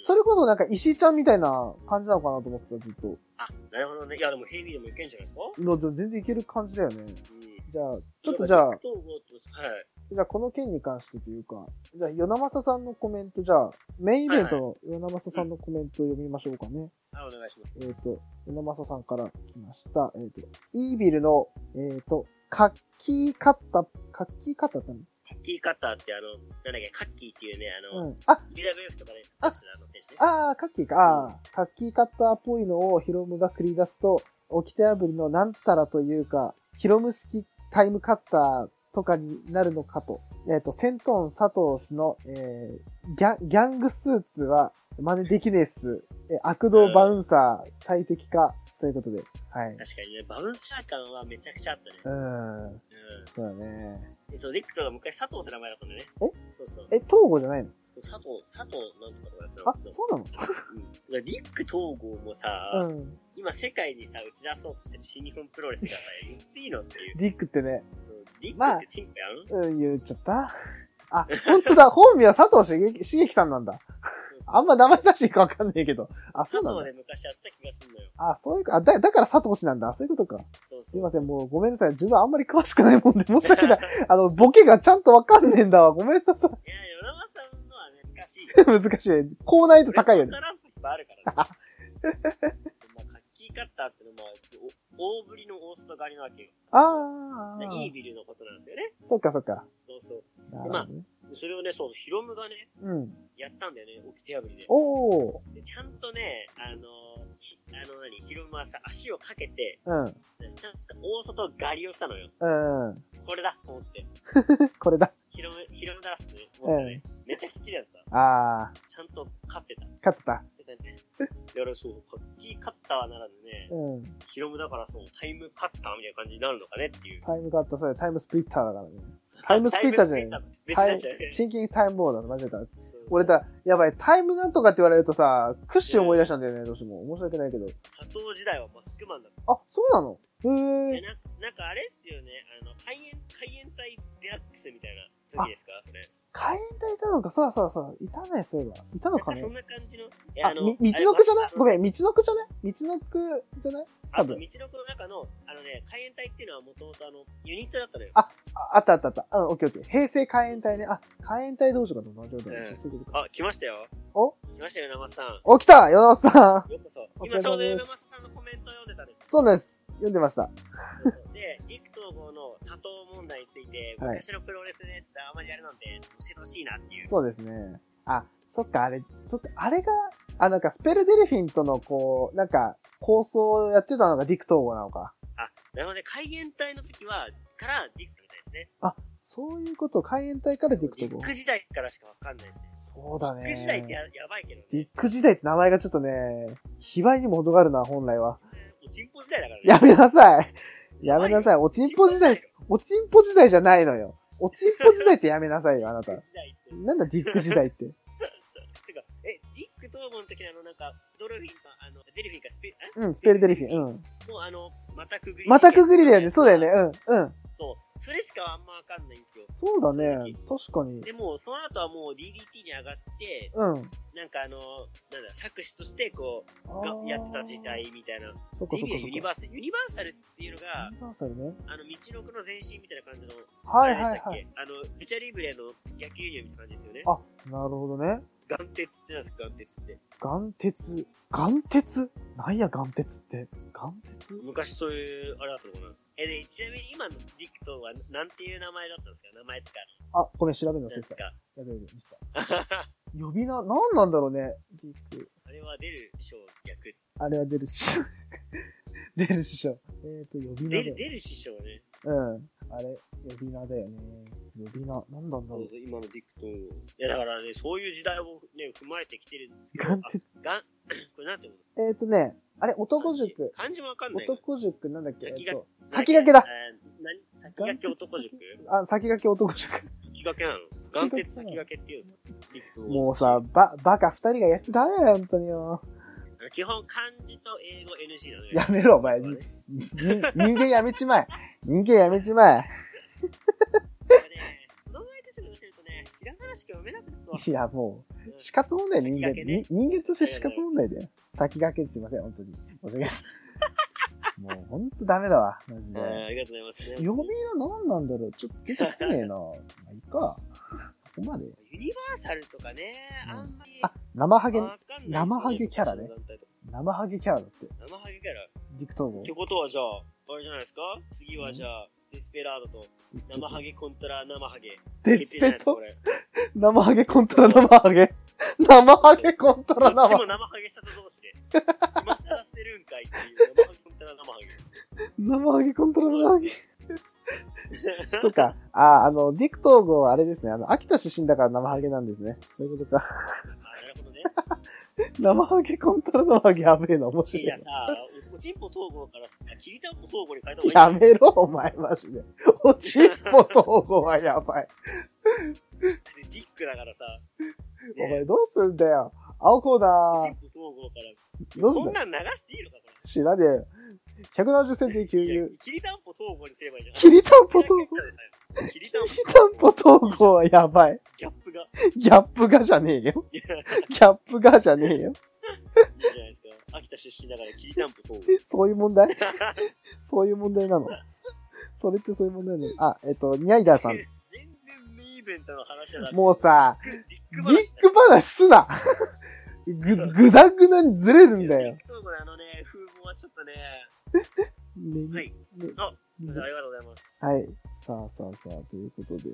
それこそなんか石井ちゃんみたいな感じなのかなと思ってた、ずっと。
あ、なるほどね。いや、でもヘビーでもいけんじゃないですか
のでも全然いける感じだよね。
うん。
じゃあ、ちょっとじゃあ
なんか、格闘技ってことはい。
じゃあこの件に関してというか、じゃあ、与那正さんのコメント、じゃあ、メインイベントの与那正さんのコメントを読みましょうかね。
はい、お願いします。
えっ、と、与那正さんから来ました。えっ、と、イービルの、えっ、と、書き方、書き方って
カッキーカッターって、あの、なんだっけ、カッキーっていうね、あ
何う
の、
ん。あ、
BWF とかで、
あ
あの選手ね。
ああ、カッキーか。ああ、カッキーカッターっぽいのをヒロムが繰り出すと、起きて破りのなんたらというか、ヒロム式タイムカッターとかになるのかと。えっ、と、セントン佐藤氏の、えーギャ、ギャングスーツは真似できねえっす。えー悪道バウンサー最適化ということで。はい。
確かにね、バウンサー感はめちゃくちゃあったね
う。ーん、
う
そうだね。
ん。でそう、リックとか昔佐藤って名前だったんだよね。
え
そうそう。
え、東郷じゃないの
そう佐藤、佐藤なんとかとかやってた
あ、
んだけど
そうなの
うんだからリック統合もさ、
うん。
今世界にさ、打ち出そうとしてる新日本プロレスがさ、言っていいのっていう。
ディックってね、
そうリック
ま
っ
あ
てチンコやん、
うん、言っちゃった。あ、本当だ、 <laughs> 本名は佐藤茂樹茂樹さんなんだ。あんま名前出していいかわかんないけど。あ、そう
佐
なん
藤
だ。
で昔やった気がするのよ。
あ、そういうか、あだ、だから佐藤氏なんだ。そういうことか。
そうそう
すいません、もうごめんなさい。自分あんまり詳しくないもんで、申し訳
<laughs>
ない。あの、ボケがちゃんとわかんねえんだわ。ごめんなさい。 <laughs>
いや、世の中さんのはね、難しいよ。
難しい。こうないと高いよね
俺。のカラーもいっぱいあるから
<laughs>
ね。まあ、カッキーカッターってのは、お大ぶりのオースト狩りなわけよ。
ああ。
いいビルのことなんだよね。
そっかそっか。
そうそう。
なるほどね。
それをね、そう、ヒロムがね、
うん。
やったんだよね、起きて破りで。
おー。
でちゃんとね、あの、ひあの何、ヒロムはさ、足をかけて、
うん。
ちゃんと大外狩りをしたのよ。
うん。
これだと思って。
これだ。
ヒロム、ヒロムだらすね。思ったね。めちゃくちゃ綺麗だった。
ああ。
ちゃんと勝ってた。
勝ってた。
でねだからそう、カッキーカッターならぬね、
うん。
ヒロムだからそう、タイムカッターみたいな感じになるのかねっていう。
タイムカット、それタイムスプリッターだからね。タイムスプリッターじゃない
タイムスプリッタ
タイ
ー別になんじゃない
シンキングタイムボードだ、間違えた。
そう
俺だ、やばい、タイムなんとかって言われるとさ、クッシュ思い出したんだよね、どうしても。申し訳ないけど。
佐藤時代はマスクマンだった。
あ、そうなのへ
え
え。
なんかなんかあれっすよね、あの、海援、海援隊デラックスみたいな時ですかそれ。
海援隊いたのか、そうそうそう、いたね、そういえば。いたのか
なん
ね
かそん。な感じの、え
あ、み、道のくじゃないご
ん。
めん、道のくじゃない道のくじゃない
あ
多
と、道
分
のくの中の、あのね、海援隊っていうのはもともとあの、ユニットだったのよ。
あ、あったあったあった。うん、オッケーオッケー。平成海援隊ね。あ、海援隊道場かと、道場だ
う。ん
そういうことか。
あ、来ましたよ。
お
来ましたよ、生瀬さん。
お、来たヨナマさん
ようこそ。
お疲
今
れ様です
ちょうど山松さんのコメントを読んでたんです。
そうなんです。読んでました。 <laughs>
で、陸統合の多頭問題について、
はい
昔のプロレスのやつはあまりやるので、教えてほしいなっていう。
そうですね。あ、そっか、あれ、そっか、あれが、あ、なんか、スペルデルフィンとの、こう、なんか、構想をやってたのがディク統合なのか。
あ、なるほどね。海援隊の時は、から陸みたいですね。
あ、そういうこと、海援隊からディク統合
陸。時代からしかわかんないですね。
そうだね。
陸時代ってややばいけど
ディ
ね
ッ。ク時代って名前がちょっとね、卑猥にも程があるな、本来は。
おちんぽ時代だからね。
やめなさい。やめなさい。
やばよ
おちんぽ時代、。おちんぽ時代じゃないのよ。おちんぽ時代ってやめなさいよ、あなた
陸。時代って。
なんだ、ディック時代って。
てか、え、陸統合の時のあの、なんか、ドルフィンか、あの、デルフィンか、スペ、え
うん、スペルデルフィン。うん。
もうあの、またくぐり。
またくぐりだよね。そうだよね。。うん、うん。
そう。それしかあんまわかんないんですよ。
そうだね。確かに。
でも、その後はもう DDT に上がって、
うん。
なんかあの、なんだ、作詞としてこう、がやってた時代みたいな。
あー。そっか
リ
そっ
ビ
か
ア
そ
ユ
っ
ニ
か。
バーサル、ユニバーサルっていうのが
ユ、ニバーサルね。
あの、道のくの前身みたいな感じの、
はい
あれ
は
で
い
したっ
は
け
い。
あの、ルチャリブレの野球ユニみたいな感じですよね。
あ、なるほどね。
眼鉄ってなんですか、眼鉄って。
眼鉄。眼鉄なんや眼鉄って。眼鉄
昔そういう、あれだったのかな。え、で、ちなみに今のディクトンは、なんていう名前だったんですか名前とか、
あ、ごめん、調べるの忘れ
なん
て
です
た。
か。
やべやべ、ミスった。呼び名、なんなんだろうね。ディック。
あれは出る賞逆。
あれは出る師匠。 <laughs> 出る師匠。えっと、呼び
出
名だ
る、
よ。
出る師匠ね。
うん。あれ、呼び名だよね。呼び名、なんなんだろう。
今のディクトンを。いや、だからね、そういう時代をね、踏まえてきてるんですけど。
眼鉄。
あがん、 <clears throat> これなんていうの
えっとね、あれ、男塾。
漢字もわかんない。
男塾なんだっけえ
先
っ
が
と、先駆けだ。
えー何先駆け男塾
あ、先駆け男塾。
先駆けなの
先
眼
駆け
鉄先駆けっていうの
もうさ、ば、バカ二人がやっちゃダメだよ、本当によ。
基本漢字と英語 NG なのよ。
やめろ、お前。
こ
人
れね
人間やめち
<laughs>
まえ。人間やめちまえ。
子供相手とか出てるとね、ひらがなしか読めなくなるわ。
いや、もう、死活問題ね、人間、
先駆けね
に人間として死活問題だよ。先駆けですいません、本当に。申し訳ない
<laughs>
です。もう本当ダメだわ、マジで
あー。ありがとうございます、ね。
読みが何なんだろうちょっと出てこ
<laughs>
ねえな。まあ、いいか。ここまで。
ユニバーサルとかね、
うん
あんまり。
あ、生ハゲ、
わかんないですね
生ハゲキャラね。生ハゲキャラだって。
生ハゲキャラ。っ
ディクトーゴ
て。ことはじゃあ、あれじゃないですか次はじゃあ、デスペラードと、
デスペ
生ハゲコントラ生ハゲ。
デス
決定じ
ペ
ゃないですか
と
こ、れ
生ハゲコントラ生ハゲ。生ハゲコント
こ
ラ
っちも
生ハ
生
ゲ。
ハゲしたと同士で。 <laughs> 今更してるんかいっていう、生ハゲコントラ生ハゲ。
生ハゲコントラ生ハゲ。 <laughs> そっか。あー、あの、ディクトーゴはあれですね。あの、秋田出身だから生ハゲなんですね。そういうことか。<laughs>
<laughs> あ、なるほどね。
生ハゲコントラ生ハゲやべえな、面白い
いや
な
さ。、おちんぽ統合から、あキリタンポ統合に変えた方が
や
いいんじゃない。
めろ、お前、マジで。おちんぽとおごはやばい。
でディックだからさ。
お前
ね
どうすんだよ。青コーナ
おち
ー
ん。ぽ統合から、
どうす
そ
ん
ん
だよ。
なん流していいのか、これ。
知らねえよ。170センチ急
いや
流。
きりたんぽ統合にすればいいじゃん。
きりたんぽと、
きりたんぽ
きりたんぽ統合はやばい。
ギャップが。
ギャップがじゃねえよ。
いやいいじ
ギャップがじゃねえよ。
ゃないですか。秋田出身だからきりたんぽ統合。
<laughs> そういう問
<laughs>
題そういう問題なの。それってそういう問題なの。あ、えっと、ニャイダーさん。
全然メインイベントの話じゃなくて
もう、さ、
ディッ
デ
ク
ィッ
バラン
ク話す
ス <laughs>
な。ぐ、ぐだぐだにずれるんだ
ディ
よ
ッ。ク統合のあのね、風貌はちょっとね、は
ね
い。
ね
あ、ありがとうございます。
はい。さあさあさあ、ということで。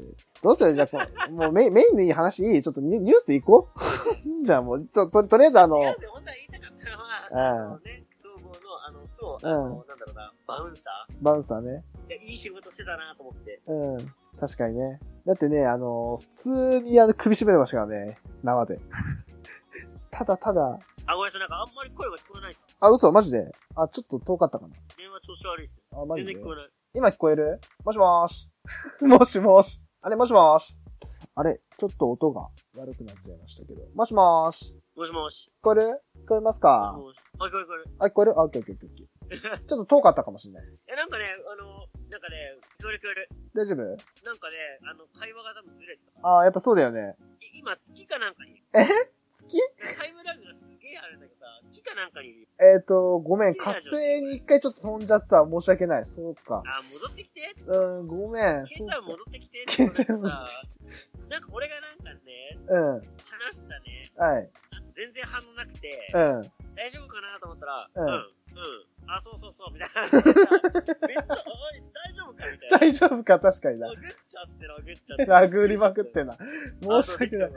どうするじゃあこう、もうメインメインのいい話いいちょっとニュニュース行こう <laughs> じゃあもう、ちょと、とりあえずあの、
違うんですよ本当は言いたかったのは、あのね、統合の、あの、と、あの、なんだろうな、バウンサー
バウンサーね。
いやいい仕事してたなと思って。
うん。確かにね。だってね、あの、普通にあの、首絞めてましたからね。生で。ただただ、
あ、ごめんなさい、なんかあんまり声が聞こえないです。
あ、嘘マジであ、ちょっと遠かったかな。
電話調子悪いです。
あ、マジで
全然聞こえない。
今聞こえるもしもーし。 <laughs> もしもーし。あれ、もしもーし。あれ、ちょっと音が悪くなっちゃいましたけど。もしもーし。
もしもし。
聞こえる聞こえますか
あ、もしあ、聞こえる聞こえる。
あ、聞こえるあ、オッケーオッケーオッケーオッケー。
<laughs>
ちょっと遠かったかもしれない。
え、なんかね、あの、なんかね、聞こえる聞こえる。
大丈夫
なんかね、あの、会話が多分ずれてた。
ああ、やっぱそうだよね。
い今、月かなんかに、
月
タイムラグがすげえあるんだけどさ、月かなんかに、
えっ、と、ごめん、火星に一回ちょっと飛んじゃってた。申し訳ない。そうか。
あ、戻ってきて、
うん、ごめん。
携
そう
帯
か。
戻ってきてって言われてさ、なんか俺がなんかね、
うん。
話したね、
はい。
全然反応なくて、
うん。
大丈夫かなと思ったら、
う
うんん、うん、あ、そうそうそう、みたいな。
<laughs>
めっちゃ、おい、大丈夫かみたいな。
大丈夫か確か
<laughs>
にな。
グッちゃってる、グッちゃってる。
殴りまくってな。申し訳ない。。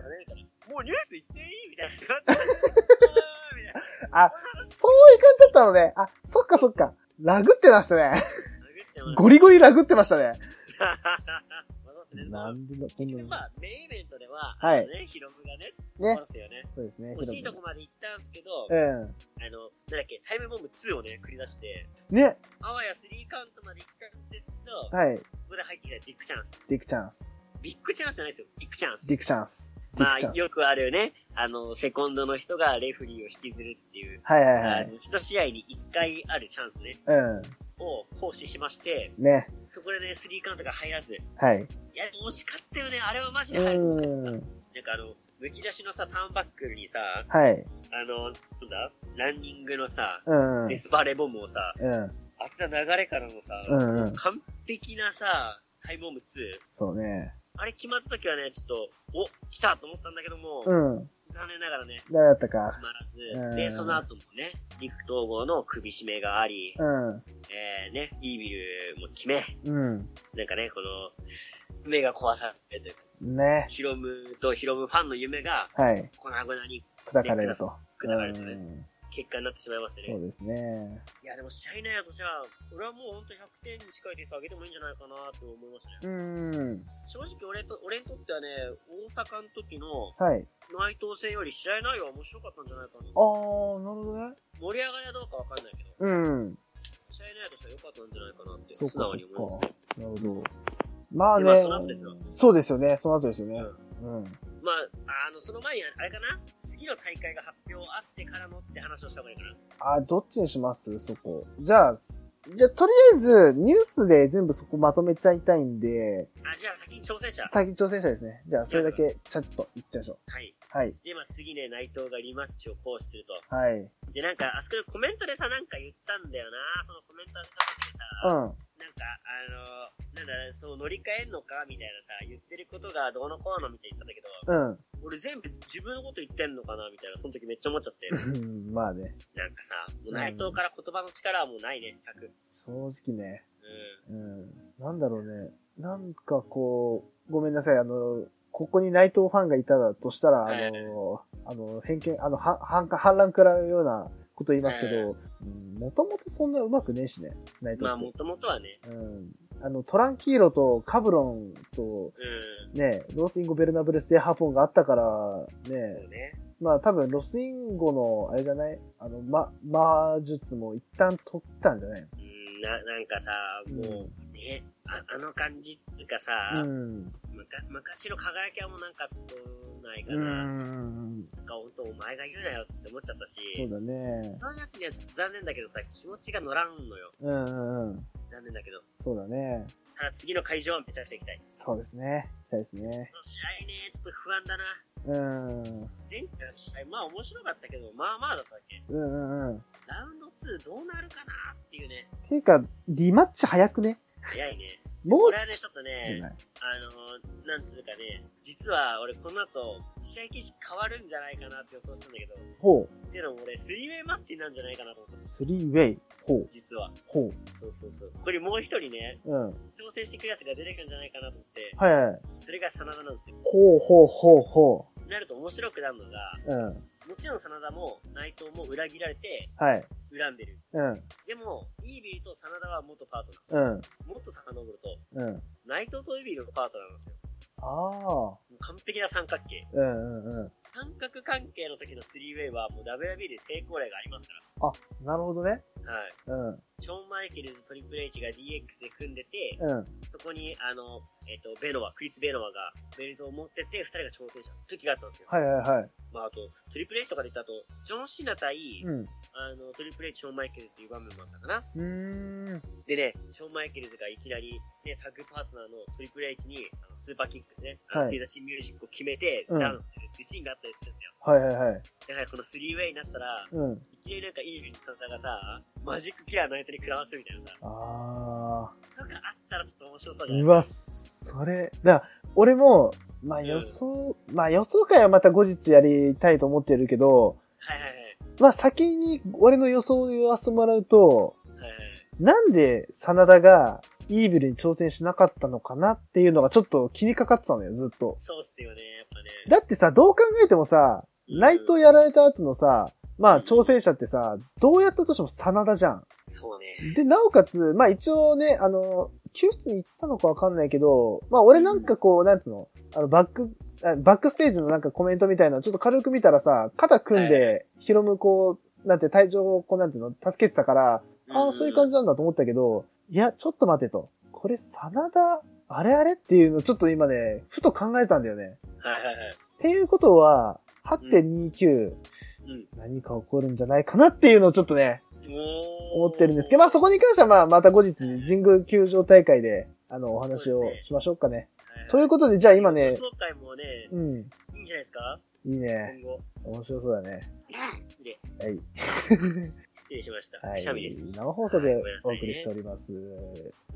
もうニュース行っていいみたいな。あーみたいな。
あ、そういう感じだったのね。あ、そっかそっか。ラグってましたね。
殴ってます
ゴリゴリラグってましたね。
<laughs> まあそうですねまあ
んでだ、こん
結局まあ、メインイベントでは、
はい
あのね、ヒロムがね、
ね
そうですよね。
そうですね。
惜しいとこまで行ったんですけど、あ
う
の、なんだっけ、タイムボム2をね、繰り出して、
ん。ね。
あわや3カウントまで行ったんですけど、こ
はい。
こで入ってきたビッグチャンス。
ディックチャンス。
ビッグチャンスじゃないですよ、ビッグチャンス
ディ。ックチャンス。ディッ
ま
クチャン
あ、
ス。
よくあるよね。あの、セコンドの人がレフェリーを引きずるっていう、
はいはいは
あ
い。
の、一試合に一回あるチャンスね、
う
を行使しまして、
ん。ね。
そこでね、スリーカウントが入らず。い
はい。
や、惜しかったよね、あれはマジで
う
入る。なん
ん。
かあの、むき出しのさ、ターンバックルにさ、
はい。
あの、なんだランニングのさ、
うん。うん。
デスバレボムをさ、
うん。
当てた流れからのさ、
うんうん。
完璧なさ、タイムボム2。
そうね。
あれ決まった時はね、ちょっと、お、来たと思ったんだけども、
うん。
残念ながらね、
誰だったか
決。まら
うん
ず、で、その後もね、陸統合の首絞めがあり、
うん。
えー、ね、イービルも決め、
うん。
なんかね、この、目が壊されて、
ね。
ヒロムとヒロムファンの夢が
はい。
粉々に
砕かれると。
砕かれてね、
うん
結果になってしまいました
そう
ね。
ですね。
いや、でも試合内容としては、俺はもうほんと100点に近い点数上げてもいいんじゃないかなと思いました
う
ね。
ん。
正直俺と、俺にとってはね、大阪の時の
はい。
内藤戦より試合内容は面白かったんじゃないかな
あ。ー、なるほどね。
盛り上がりはどうかわかんないけど、
うん。
試合内容としては良かったんじゃないかなって、
そう
素直に
か
思い
そ
ま
う
す。
か。なるほど。まあ
でまあ
ね
その後ですよ、
そうですよね、その後ですよね。うん。
まあ、あの、その前に、あれかな次の大会が発表あってからのって話をした方がいいかな。
あ、どっちにしますそこ。じゃあ、じゃあ、とりあえず、ニュースで全部そこまとめちゃいたいんで、
あ、じゃあ先に挑戦者。
先に挑戦者ですね。じゃあ、それだけ、ちゃっと言っちゃいましょ
はい。
はい。
で、まあ次ね、内藤がリマッチを行使すると。
はい。
で、なんか、あそこでコメントでさ、なんか言ったんだよな。そのコメントの時に
うん。
さ、なんか、あの、なんだろう、そう乗り換えんのかみたいなさ、言ってることがどうのこうのみたいに言ったんだけど、
うん
俺全部自分のこと言ってんのかなみたいな、その時めっちゃ思っちゃって。
うん。 <laughs> まあね。
なんかさ、もう内藤から言葉の力はもうないね、100。うん。
正直ね。うん。なんだろうね。なんかこう、ごめんなさい。あの、ここに内藤ファンがいたらとしたら、あ
え
の、あの、偏見、あの、は反反乱食らうようなこと言いますけ
ええ
ど、うんもともとそんな上手くねえしね、内藤
まあ、
っ
も
て。
ともとはね、
うん。あの、トランキーロとカブロンと、
うん。
ね、ロスインゴ・ベルナブレス・デ・ハポンがあったから、
そ
ね、
うね。
まあ多分ロスインゴの、あれじゃないあの、ま、魔術も一旦取ったんじゃない
うん、な、なんかさ、もう、ね、ああの感じっていうかさ、
の
むか昔の輝きはもうなんかちょっとないか
う
な。なん
ん。
か
うん。
本当お前が言うなよって思っちゃったし、
そうだね。
そのやつにはちょっと残念だけどさ、気持ちが乗らんのよ。
うんうんうん。
残念だけど。
そうだね。
ただ次の会場はめちゃくちゃ行きたい。
そうですね。行きたいですね
こ。の試合ね、ちょっと不安だな。
うん。
前回の試合、まあ面白かったけど、まあまあだったっけ。
うんうんうん。
ラウンド2どうなるかなっていうね。
ていうか、リマッチ早くね。
早
<laughs>
いね。
も
こ
う
れはね、ちょっと
じゃ
ね
な、い。
あのー、なんつうかね、実は俺この後、試合形式変わるんじゃないかなって予想したんだけど、っ
ほう。
ていうのも俺、スリーウェイマッチになるんじゃないかなと思って
スリーウェイ。ほう。
実は。
ほ
そうそうそう。ここにもう一人ね、
う。うん。
挑戦してくるやつが出てくるんじゃないかなと思って、
はいはい。
それが真田なんですよ。
ほうほうほうほ
なると面白くなるのが、
う。うん。
もちろん真田も内藤も裏切られて
はい。
恨んでる。
うん。
でも、イービルと真田は元パートナ
うん。
ー。もっと遡ると、
うん。
内藤とイービルがパートナーなんですよ。
ああ。
もう完璧な三角形。
うんうんうん。
三角関係の時のスリーウェイはもう WB で成功例がありますか
あ、なるほどね。
ら。はい。
うん。
ショーン・マイケルズ、トリプル H が DX で組んでて、
うん。
そこに、あの、えっ、と、ベノワ、クリス・ベノワがベルトを持ってて、二人が挑戦した時があったんですよ。
はいはいはい。
まあ、あと、トリプル H とかで言った後、ジョン・シナ対、
うん。
あの、トリプル H、ショーン・マイケルズっていう場面もあったかな。
うーん。
でね、ショーン・マイケルズがいきなり、ね、タッグパートナーのトリプル H に、あのスーパーキックですね、あの
はい
スイダチミュージックを決めて、
うん
ダウンするっていうシーンがあったりするんですよ。
はいはいはい。
だからこのスリーウェイになったら、
うん。
いきなりなんかイービルさんがさ、マジックキラーナイトに食らわすみたいなさ、
あ
とかあったらちょっと面白そうじゃな
ー。
いう
わ、それ、だから俺も、まあ予想、まあ予想会はまた後日やりたいと思ってるけど、
はいはいはい。
まあ先に俺の予想を言わせてもらうと、
はいはい
なんで真田がイービルに挑戦しなかったのかなっていうのがちょっと気にかかってたのよ、ずっと。
そうっすよね、やっぱね。
だってさ、どう考えてもさ、ナイトやられた後のさ、まあ、挑戦者ってさ、どうやったとしても真田じゃん。
そうね。
で、なおかつ、まあ一応ね、あの、救出に行ったのかわかんないけど、まあ俺なんかこう、なんつうの、あの、バック、あバックステージのなんかコメントみたいなのちょっと軽く見たらさ、肩組んで、ヒロムこう、なんて体調をこう、なんつうの、助けてたから、ああ、そういう感じなんだと思ったけど、いや、ちょっと待てと。これ、真田、あれあれっていうのちょっと今ね、ふと考えたんだよね。
はいはいはい。
っていうことは、8.29、
うん。
何か起こるんじゃないかなっていうのをちょっとね、
おー
思ってるんですけど、まあそこに関してはまあまた後日、神宮球場大会で、あの、お話をしましょうかね。
はいはい
ということで、じゃあ今ね、
今回もね、
うん、
いいんじゃないですか
いいね。
今後。
面白そうだね。
失礼。
はい。
失礼しました。
は
くしゃみで
い
す。。
生放送で
はいごめんなさい
お
ね
送りしております。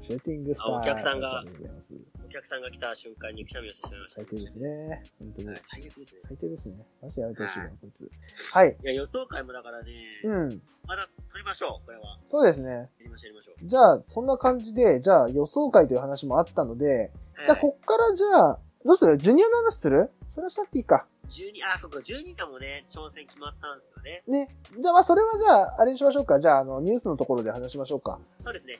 シューティングスター。
あお客さんが
ありとうございます。
お客さんが来た瞬間にくしゃみをしてしまいました。
最低ですね。本当に
はい。。最悪ですね。
最低ですね。マジでやめてほしいな、こいつ。はい。
いや、予想会もだからね、
うん。
まだ撮りましょう、これは。や
そうですね。
りましょう、やりましょう。
じゃあ、そんな感じで、じゃあ予想会という話もあったので、
はい
じゃあ、こっからじゃあ、どうするジュニアの話するそれはしなくていいか。
12、あ、そっか、12かもね、挑戦決まったんですよね。
ね。じゃあ、まあ、それはじゃあ、あれにしましょうか。じゃあ、あの、ニュースのところで話しましょうか。
そうですね。